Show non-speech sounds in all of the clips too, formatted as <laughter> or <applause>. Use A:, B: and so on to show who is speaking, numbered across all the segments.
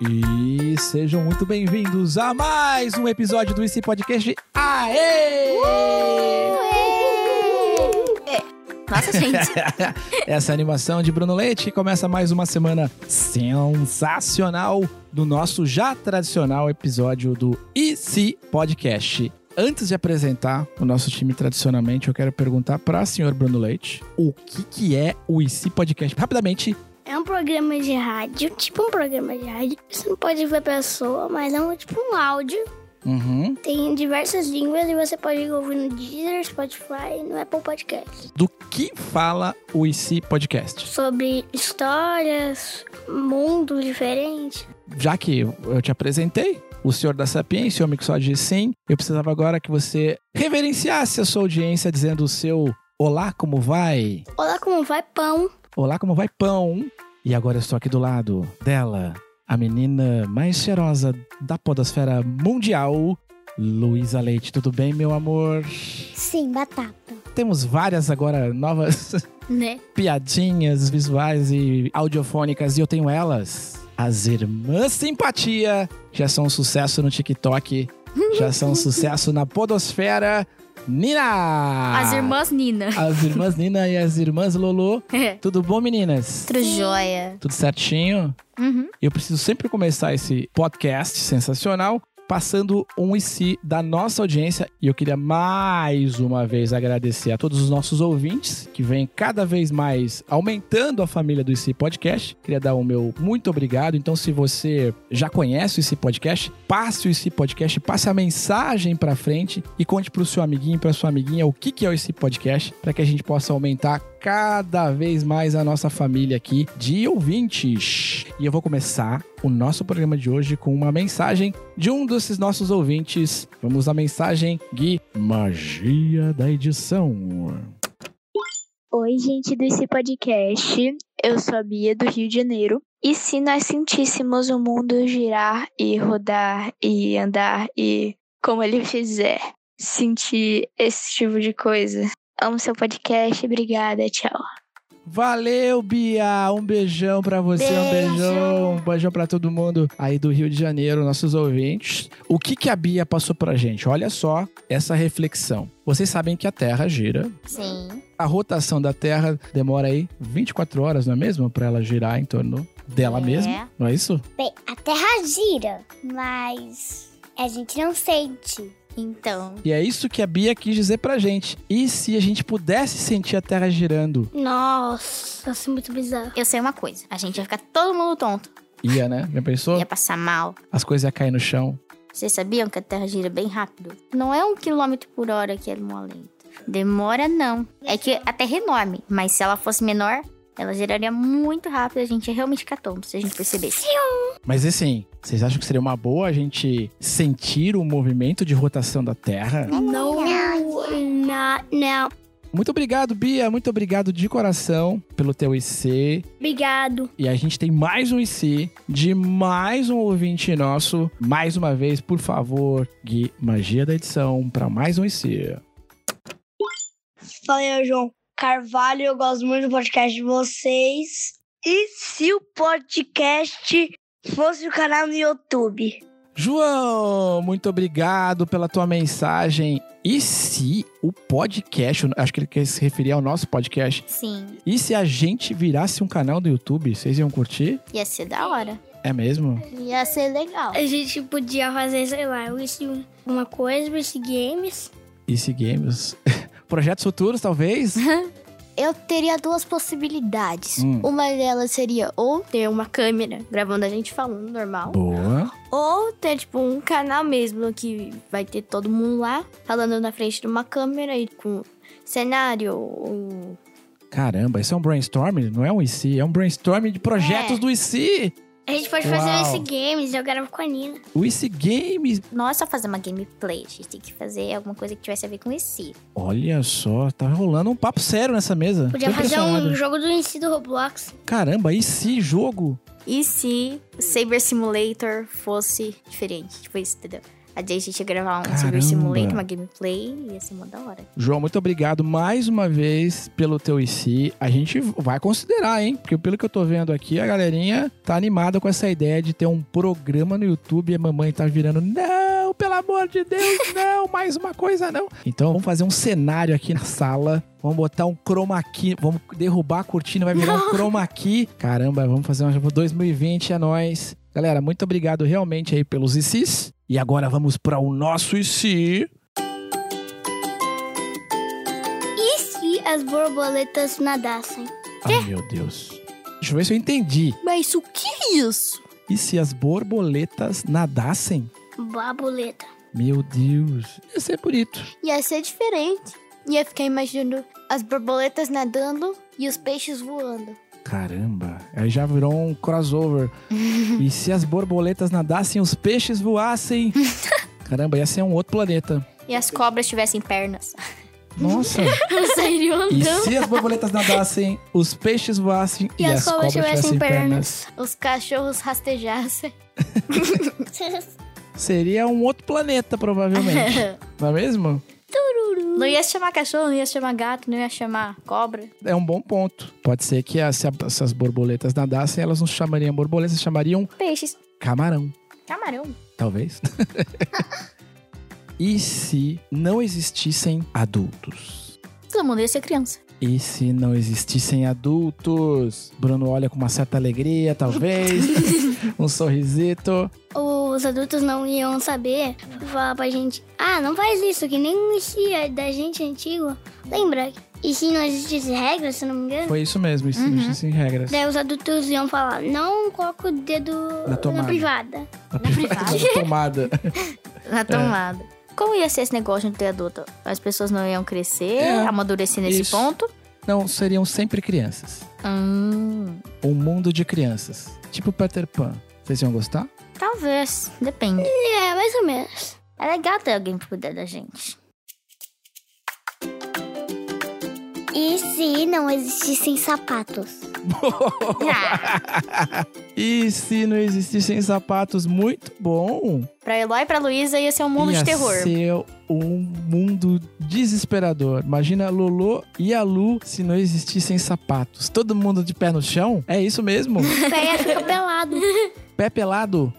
A: E sejam muito bem-vindos a mais um episódio do IC Podcast. Aê!
B: Uh!
C: Nossa, gente.
A: Essa é animação de Bruno Leite que começa mais uma semana sensacional do nosso já tradicional episódio do IC Podcast. Antes de apresentar o nosso time tradicionalmente, eu quero perguntar para o senhor Bruno Leite o que, que é o IC Podcast. Rapidamente,
B: É um programa de rádio, tipo um programa de rádio. Você não pode ver a pessoa, mas é um, tipo um áudio.
A: uhum.
B: Tem diversas línguas e você pode ouvir no Deezer, Spotify, no Apple Podcast.
A: do que fala o IC Podcast?
B: Sobre histórias, mundo diferente.
A: já que eu te apresentei, o senhor da sapiência, o homem que só diz sim, eu precisava agora que você reverenciasse a sua audiência dizendo o seu olá, como vai?
B: Olá, como vai, pão?
A: Olá, como vai, pão? E agora eu estou aqui do lado dela, a menina mais cheirosa da podosfera mundial, Luísa Leite. Tudo bem, meu amor?
B: Sim, batata.
A: Temos várias agora novas
B: Né?
A: piadinhas visuais e audiofônicas e eu tenho elas. As Irmãs Simpatia já são um sucesso no TikTok, já são um sucesso na Podosfera. Nina!
C: As irmãs Nina.
A: As irmãs Nina e as irmãs Lolo.
C: <laughs> É.
A: Tudo bom, meninas?
C: Outro joia.
A: Tudo certinho?
C: Uhum.
A: Eu preciso sempre começar esse podcast sensacional passando um e si da nossa audiência e eu queria mais uma vez agradecer a todos os nossos ouvintes que vêm cada vez mais aumentando a família do IC Podcast. Queria dar o meu muito obrigado. Então, se você já conhece o IC Podcast, passe o IC Podcast, passe a mensagem para frente e conte para o seu amiguinho, para sua amiguinha o que que é o IC Podcast, para que a gente possa aumentar cada vez mais a nossa família aqui de ouvintes. E eu vou começar o nosso programa de hoje com uma mensagem de um desses nossos ouvintes. Vamos à mensagem Gui Magia da Edição.
D: Oi, gente desse podcast. Eu sou a Bia do Rio de Janeiro. E se nós sentíssemos o mundo girar e rodar e andar e como ele fizer, sentir esse tipo de coisa? Amo seu podcast, obrigada, tchau.
A: Valeu, Bia! Um beijão pra você, um
B: Beijo.
A: beijão, um beijão pra todo mundo aí do Rio de Janeiro, nossos ouvintes. O que, que a Bia passou pra gente? Olha só essa reflexão. Vocês sabem que a Terra gira,
C: Sim.
A: a rotação da Terra demora aí 24 horas, não é mesmo? Pra ela girar em torno dela
C: É.
A: mesma, não é isso?
B: Bem, a Terra gira, mas a gente não sente.
C: Então.
A: E é isso que a Bia quis dizer pra gente. E se a gente pudesse sentir a Terra girando?
B: Nossa, isso é muito bizarro.
C: Eu sei uma coisa. A gente ia ficar todo mundo tonto.
A: Ia, né? Já pensou?
C: Ia passar mal.
A: As coisas iam cair no chão.
C: Vocês sabiam que a Terra gira bem rápido? Não é um quilômetro por hora que é mó lento. Demora, não. É que a Terra é enorme. Mas se ela fosse menor, ela giraria muito rápido. A gente ia realmente ficar tonto se a gente percebesse.
A: Mas assim, vocês acham que seria uma boa a gente sentir o movimento de rotação da Terra?
B: É Não, não, não.
A: Muito obrigado, Bia. Muito obrigado de coração pelo teu IC.
B: Obrigado.
A: E a gente tem mais um IC de mais um ouvinte nosso. Mais uma vez, por favor, Gui, magia da edição, para mais um IC.
E: Fala aí, João Carvalho, eu gosto muito do podcast de vocês. E se o podcast fosse o canal no YouTube?
A: João, muito obrigado pela tua mensagem. E se o podcast, eu acho que ele quer se referir ao nosso podcast,
C: Sim.
A: e se a gente virasse um canal do YouTube, vocês iam curtir?
C: Ia ser da hora. É,
A: É mesmo?
C: Ia ser legal.
B: A gente podia fazer, sei lá, esse, uma coisa, esse games.
A: E se games? <laughs> Projetos futuros,
B: <laughs>
A: talvez?
C: Eu teria duas possibilidades.
A: Hum.
C: Uma delas seria ou ter uma câmera gravando a gente falando normal,
A: Boa.
C: ou ter tipo um canal mesmo que vai ter todo mundo lá falando na frente de uma câmera e com cenário ou
A: Caramba, isso é um brainstorm? Não é um IC, é um brainstorm de projetos
C: É.
A: do IC.
B: A gente pode
A: Uau.
B: fazer esse games, eu gravo com a Nina.
A: O IC Games.
C: não é só fazer uma gameplay, a gente tem que fazer alguma coisa que tivesse a ver com esse.
A: Olha só, tá rolando um papo sério nessa mesa.
B: Podia
A: Tô
B: fazer um
A: impressionado.
B: jogo do ensino do Roblox.
A: Caramba, IC jogo?
C: E se Saber Simulator fosse diferente? Tipo isso, entendeu? A gente ia gravar um
A: Caramba.
C: Cyber Simulator, uma gameplay, ia ser mó da hora.
A: João, muito obrigado mais uma vez pelo teu IC. A gente vai considerar, hein? Porque pelo que eu tô vendo aqui, a galerinha tá animada com essa ideia de ter um programa no YouTube e a mamãe tá virando, não, pelo amor de Deus, <laughs> não, mais uma coisa não. Então vamos fazer um cenário aqui na sala. Vamos botar um chroma key, vamos derrubar a cortina, vai virar um chroma key. Caramba, vamos fazer um 2020 é nóis. Galera, muito obrigado realmente aí pelos ICs. E agora vamos para o nosso IC.
B: E se as borboletas nadassem?
A: Ai, meu Deus. Deixa eu ver se eu entendi.
F: Mas o que é isso?
A: E se as borboletas nadassem?
B: Baboleta.
A: Meu Deus. Ia ser bonito.
F: Ia ser diferente. Ia ficar imaginando as borboletas nadando e os peixes voando.
A: Caramba. Aí já virou um <laughs> crossover. e se as borboletas nadassem, os peixes <laughs> voassem? Caramba, ia ser um outro planeta.
C: E as cobras
F: <laughs>
C: tivessem pernas.
A: <laughs> Nossa.
F: Saiu
A: e
F: andando.
A: se as borboletas nadassem, os peixes voassem e, as cobras, tivessem pernas?
F: Os cachorros <laughs> rastejassem.
A: Seria um outro planeta, <laughs> provavelmente. Não é mesmo?
C: Não ia se chamar cachorro, não ia se chamar gato, não ia chamar cobra.
A: É um bom ponto. Pode ser que a- se, a- se as borboletas nadassem, elas não chamariam borboletas, chamariam
C: Peixes.
A: camarão.
C: Camarão.
A: Talvez. <laughs> e se não existissem adultos?
C: Todo mundo ia ser criança.
A: E se não existissem adultos? Bruno olha com uma certa alegria, talvez. um sorrisito.
B: <laughs> Os adultos não iam saber falar pra gente: ah, não faz isso, que nem existia da gente antigo. Lembra? E se não existisse regra, se não me engano?
A: Foi isso mesmo, isso não existem regras.
B: Daí os adultos iam falar: não coloca o dedo
A: Na tomada.
B: na privada.
A: Na privada. tomada.
C: Na
A: É.
C: tomada. um Como ia ser esse negócio de ter adulto? As pessoas não iam crescer,
A: É.
C: amadurecer nesse
A: Isso.
C: ponto.
A: Não, seriam sempre crianças.
C: Hum,
A: Um mundo de crianças. Tipo Peter Pan. Vocês iam gostar?
C: talvez. Depende.
B: É, mais ou menos.
C: É legal ter alguém pra cuidar
A: <laughs>
C: da gente.
B: E se não existissem
C: <laughs>
B: sapatos?
A: Oh.
C: Ah,
A: E se não existissem sapatos, muito bom.
C: Pra Eloy e pra Luísa ia ser um mundo
A: ia
C: de terror.
A: ser um mundo desesperador. Imagina a Lolo e a Lu se não existissem sapatos. Todo mundo de pé no chão? É isso mesmo?
C: <laughs>
B: Daí ia ficar pelado.
A: pé pelado?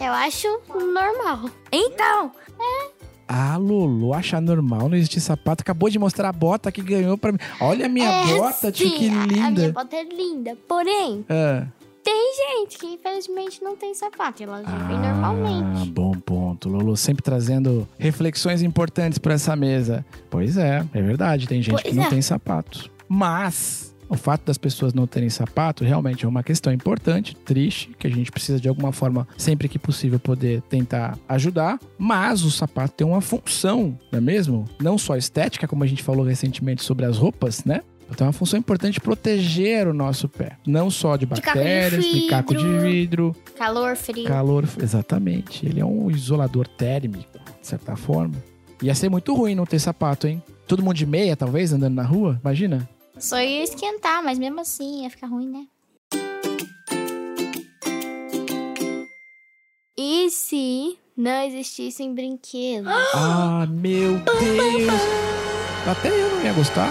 F: Eu acho normal.
C: Então,
A: A Ah, Lolo acha normal não existir sapato. Acabou de mostrar a bota que ganhou pra mim. Olha a minha
C: É,
B: É,
A: bota, tio, que
F: a- A minha
A: linda.
F: bota é linda. Porém,
A: Ah.
F: gente, que infelizmente não tem sapato. Elas vivem
A: Ah,
F: normalmente.
A: bom ponto. Lolo sempre trazendo reflexões importantes pra essa mesa. Pois é, é verdade. Tem gente que
F: Pois
A: não
F: é.
A: tem sapato. Mas o fato das pessoas não terem sapato realmente é uma questão importante, triste, que a gente precisa de alguma forma, sempre que possível, poder tentar ajudar. Mas o sapato tem uma função, não é mesmo? Não só estética, como a gente falou recentemente sobre as roupas, né? Então é uma função importante proteger o nosso pé. Não só de
C: caco de
A: bactérias, de caco de
C: vidro.
A: vidro,
C: calor, frio.
A: Calor, exatamente. Ele é um isolador térmico, de certa forma. Ia ser muito ruim não ter sapato, hein? Todo mundo de meia, talvez, andando na rua? Imagina.
C: Só ia esquentar, mas mesmo assim ia ficar ruim, né?
F: E se não existissem brinquedos?
A: Ah, meu Deus! Até eu não ia gostar.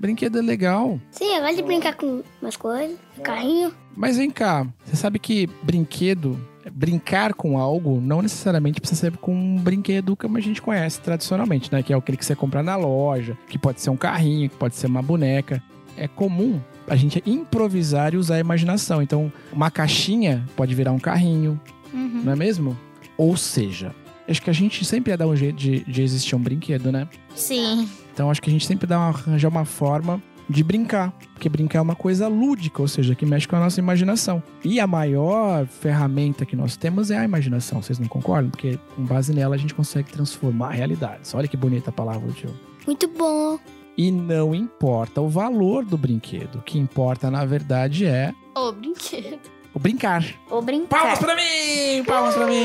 A: Brinquedo é legal.
B: Sim, eu gosto de brincar com umas coisas, carrinho.
A: Mas vem cá, você sabe que brinquedo, brincar com algo, não necessariamente precisa ser com um brinquedo como a gente conhece tradicionalmente, né? Que é aquele que você compra na loja, que pode ser um carrinho, que pode ser uma boneca. É comum a gente improvisar e usar a imaginação. Então, uma caixinha pode virar um carrinho,
C: Uhum.
A: não é mesmo? Ou seja, acho que a gente sempre ia dar um jeito de, de existir um brinquedo, né?
C: Sim.
A: Então acho que a gente sempre dá uma, arranjar uma forma de brincar, porque brincar é uma coisa lúdica, ou seja, que mexe com a nossa imaginação. E a maior ferramenta que nós temos é a imaginação, vocês não concordam? Porque com base nela a gente consegue transformar realidades. Olha que bonita a palavra, tio.
B: Muito bom.
A: E não importa o valor do brinquedo, o que importa na verdade é
F: Ou brinquedo.
A: o brincar.
C: Ou brincar.
A: Palmas pra mim! Palmas pra mim!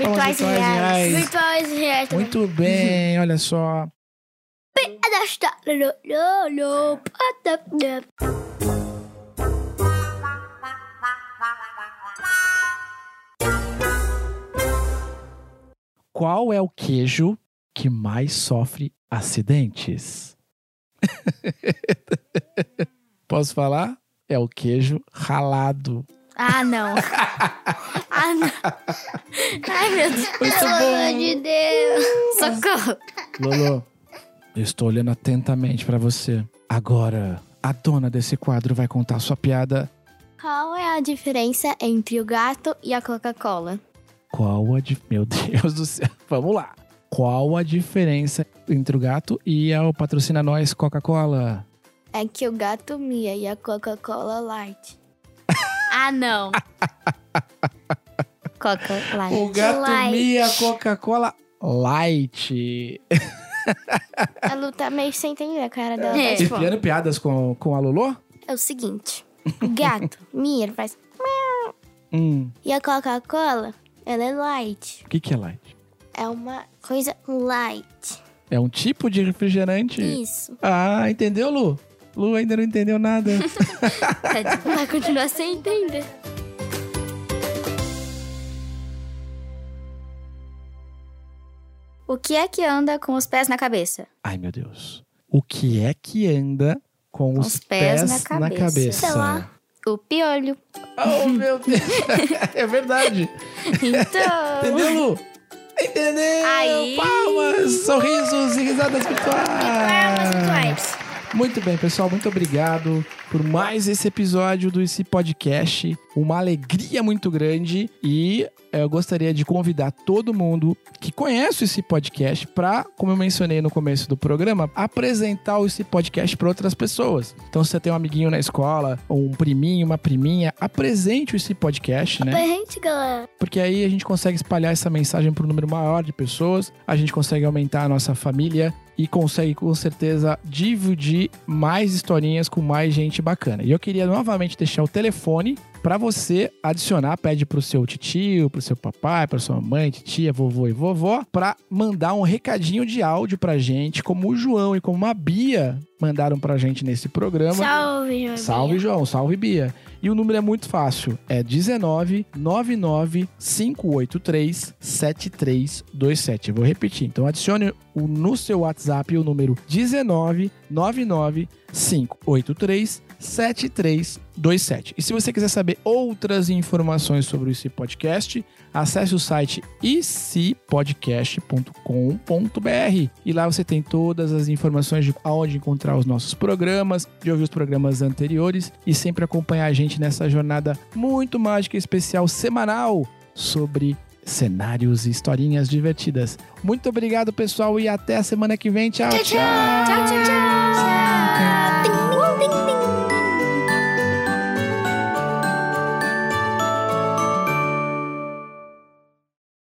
A: Palmas
C: Virtuais reais.
B: Virtuais reais também.
A: Muito bem, olha só. Qual é o queijo que mais sofre acidentes? <laughs> Posso falar? É o queijo ralado. <laughs>
C: Ah, não. ah, não. Ai, meu Deus.
B: Pelo amor de
F: <laughs>
B: Deus.
C: Socorro.
A: Lolo, eu estou olhando atentamente para você. Agora, a dona desse quadro vai contar sua piada.
F: Qual é a diferença entre o gato e a Coca-Cola?
A: Qual a di... Meu Deus do céu. <laughs> Vamos lá. Qual a diferença entre o gato e a o patrocina nós Coca-Cola?
F: É que o gato mia e a Coca-Cola light.
C: Ah, não. <laughs> Coca Light.
A: O gato
B: Light.
A: Mia Coca-Cola Light.
F: Ela tá meio sem entender a cara dela.
C: É.
F: Tá, tipo,
A: Espiando piadas com, com a Lolo?
F: é o seguinte. O
A: <laughs>
F: gato mia, ele faz...
A: Hum,
F: E a Coca-Cola, ela é light.
A: o que, que é light?
F: É uma coisa light.
A: É um tipo de refrigerante?
F: Isso.
A: Ah, entendeu, Lu? Lu ainda não entendeu <laughs> nada.
C: Tadinho.
F: Vai continuar sem entender.
C: O que é que anda com os pés na cabeça?
A: Ai, meu Deus. O que é que anda com, os pés, na, cabeça?
C: Sei lá. O piolho.
A: Oh, <laughs> meu Deus. é verdade.
C: Então.
A: Entendeu, Lu? Entendeu?
C: Aí.
A: Palmas, sorrisos e risadas virtuais.
C: Vibes.
A: Muito bem, pessoal, muito obrigado por mais esse episódio do IC Podcast. Uma alegria muito grande e eh, eu gostaria de convidar todo mundo que conhece o IC Podcast para, como eu mencionei no começo do programa, apresentar o IC Podcast para outras pessoas. Então, se você tem um amiguinho na escola, ou um priminho, uma priminha, apresente o IC Podcast, né?
B: Pra gente, galera.
A: porque aí a gente consegue espalhar essa mensagem para um número maior de pessoas, a gente consegue aumentar a nossa família e consegue com certeza dividir mais historinhas com mais gente bacana. E eu queria novamente deixar o telefone para você adicionar, pede pro seu tio, pro seu papai, pra sua mãe, titia, vovô e vovó, para mandar um recadinho de áudio pra gente, como o João e como a Bia mandaram pra gente nesse programa.
B: Salve, Jorge.
A: Salve, João. Salve, Bia. E o número é muito fácil. É 19 99 583 7327. Vou repetir. Então, adicione o- no seu WhatsApp o número 19 99 583 7327. E se você quiser saber outras informações sobre esse podcast, acesse o site icpodcast.com.br e lá você tem todas as informações de aonde encontrar os nossos programas, de ouvir os programas anteriores e sempre acompanhar a gente nessa jornada muito mágica e especial semanal sobre cenários e historinhas divertidas. Muito obrigado, pessoal, e até a semana que vem. tchau. tchau, tchau. tchau, tchau.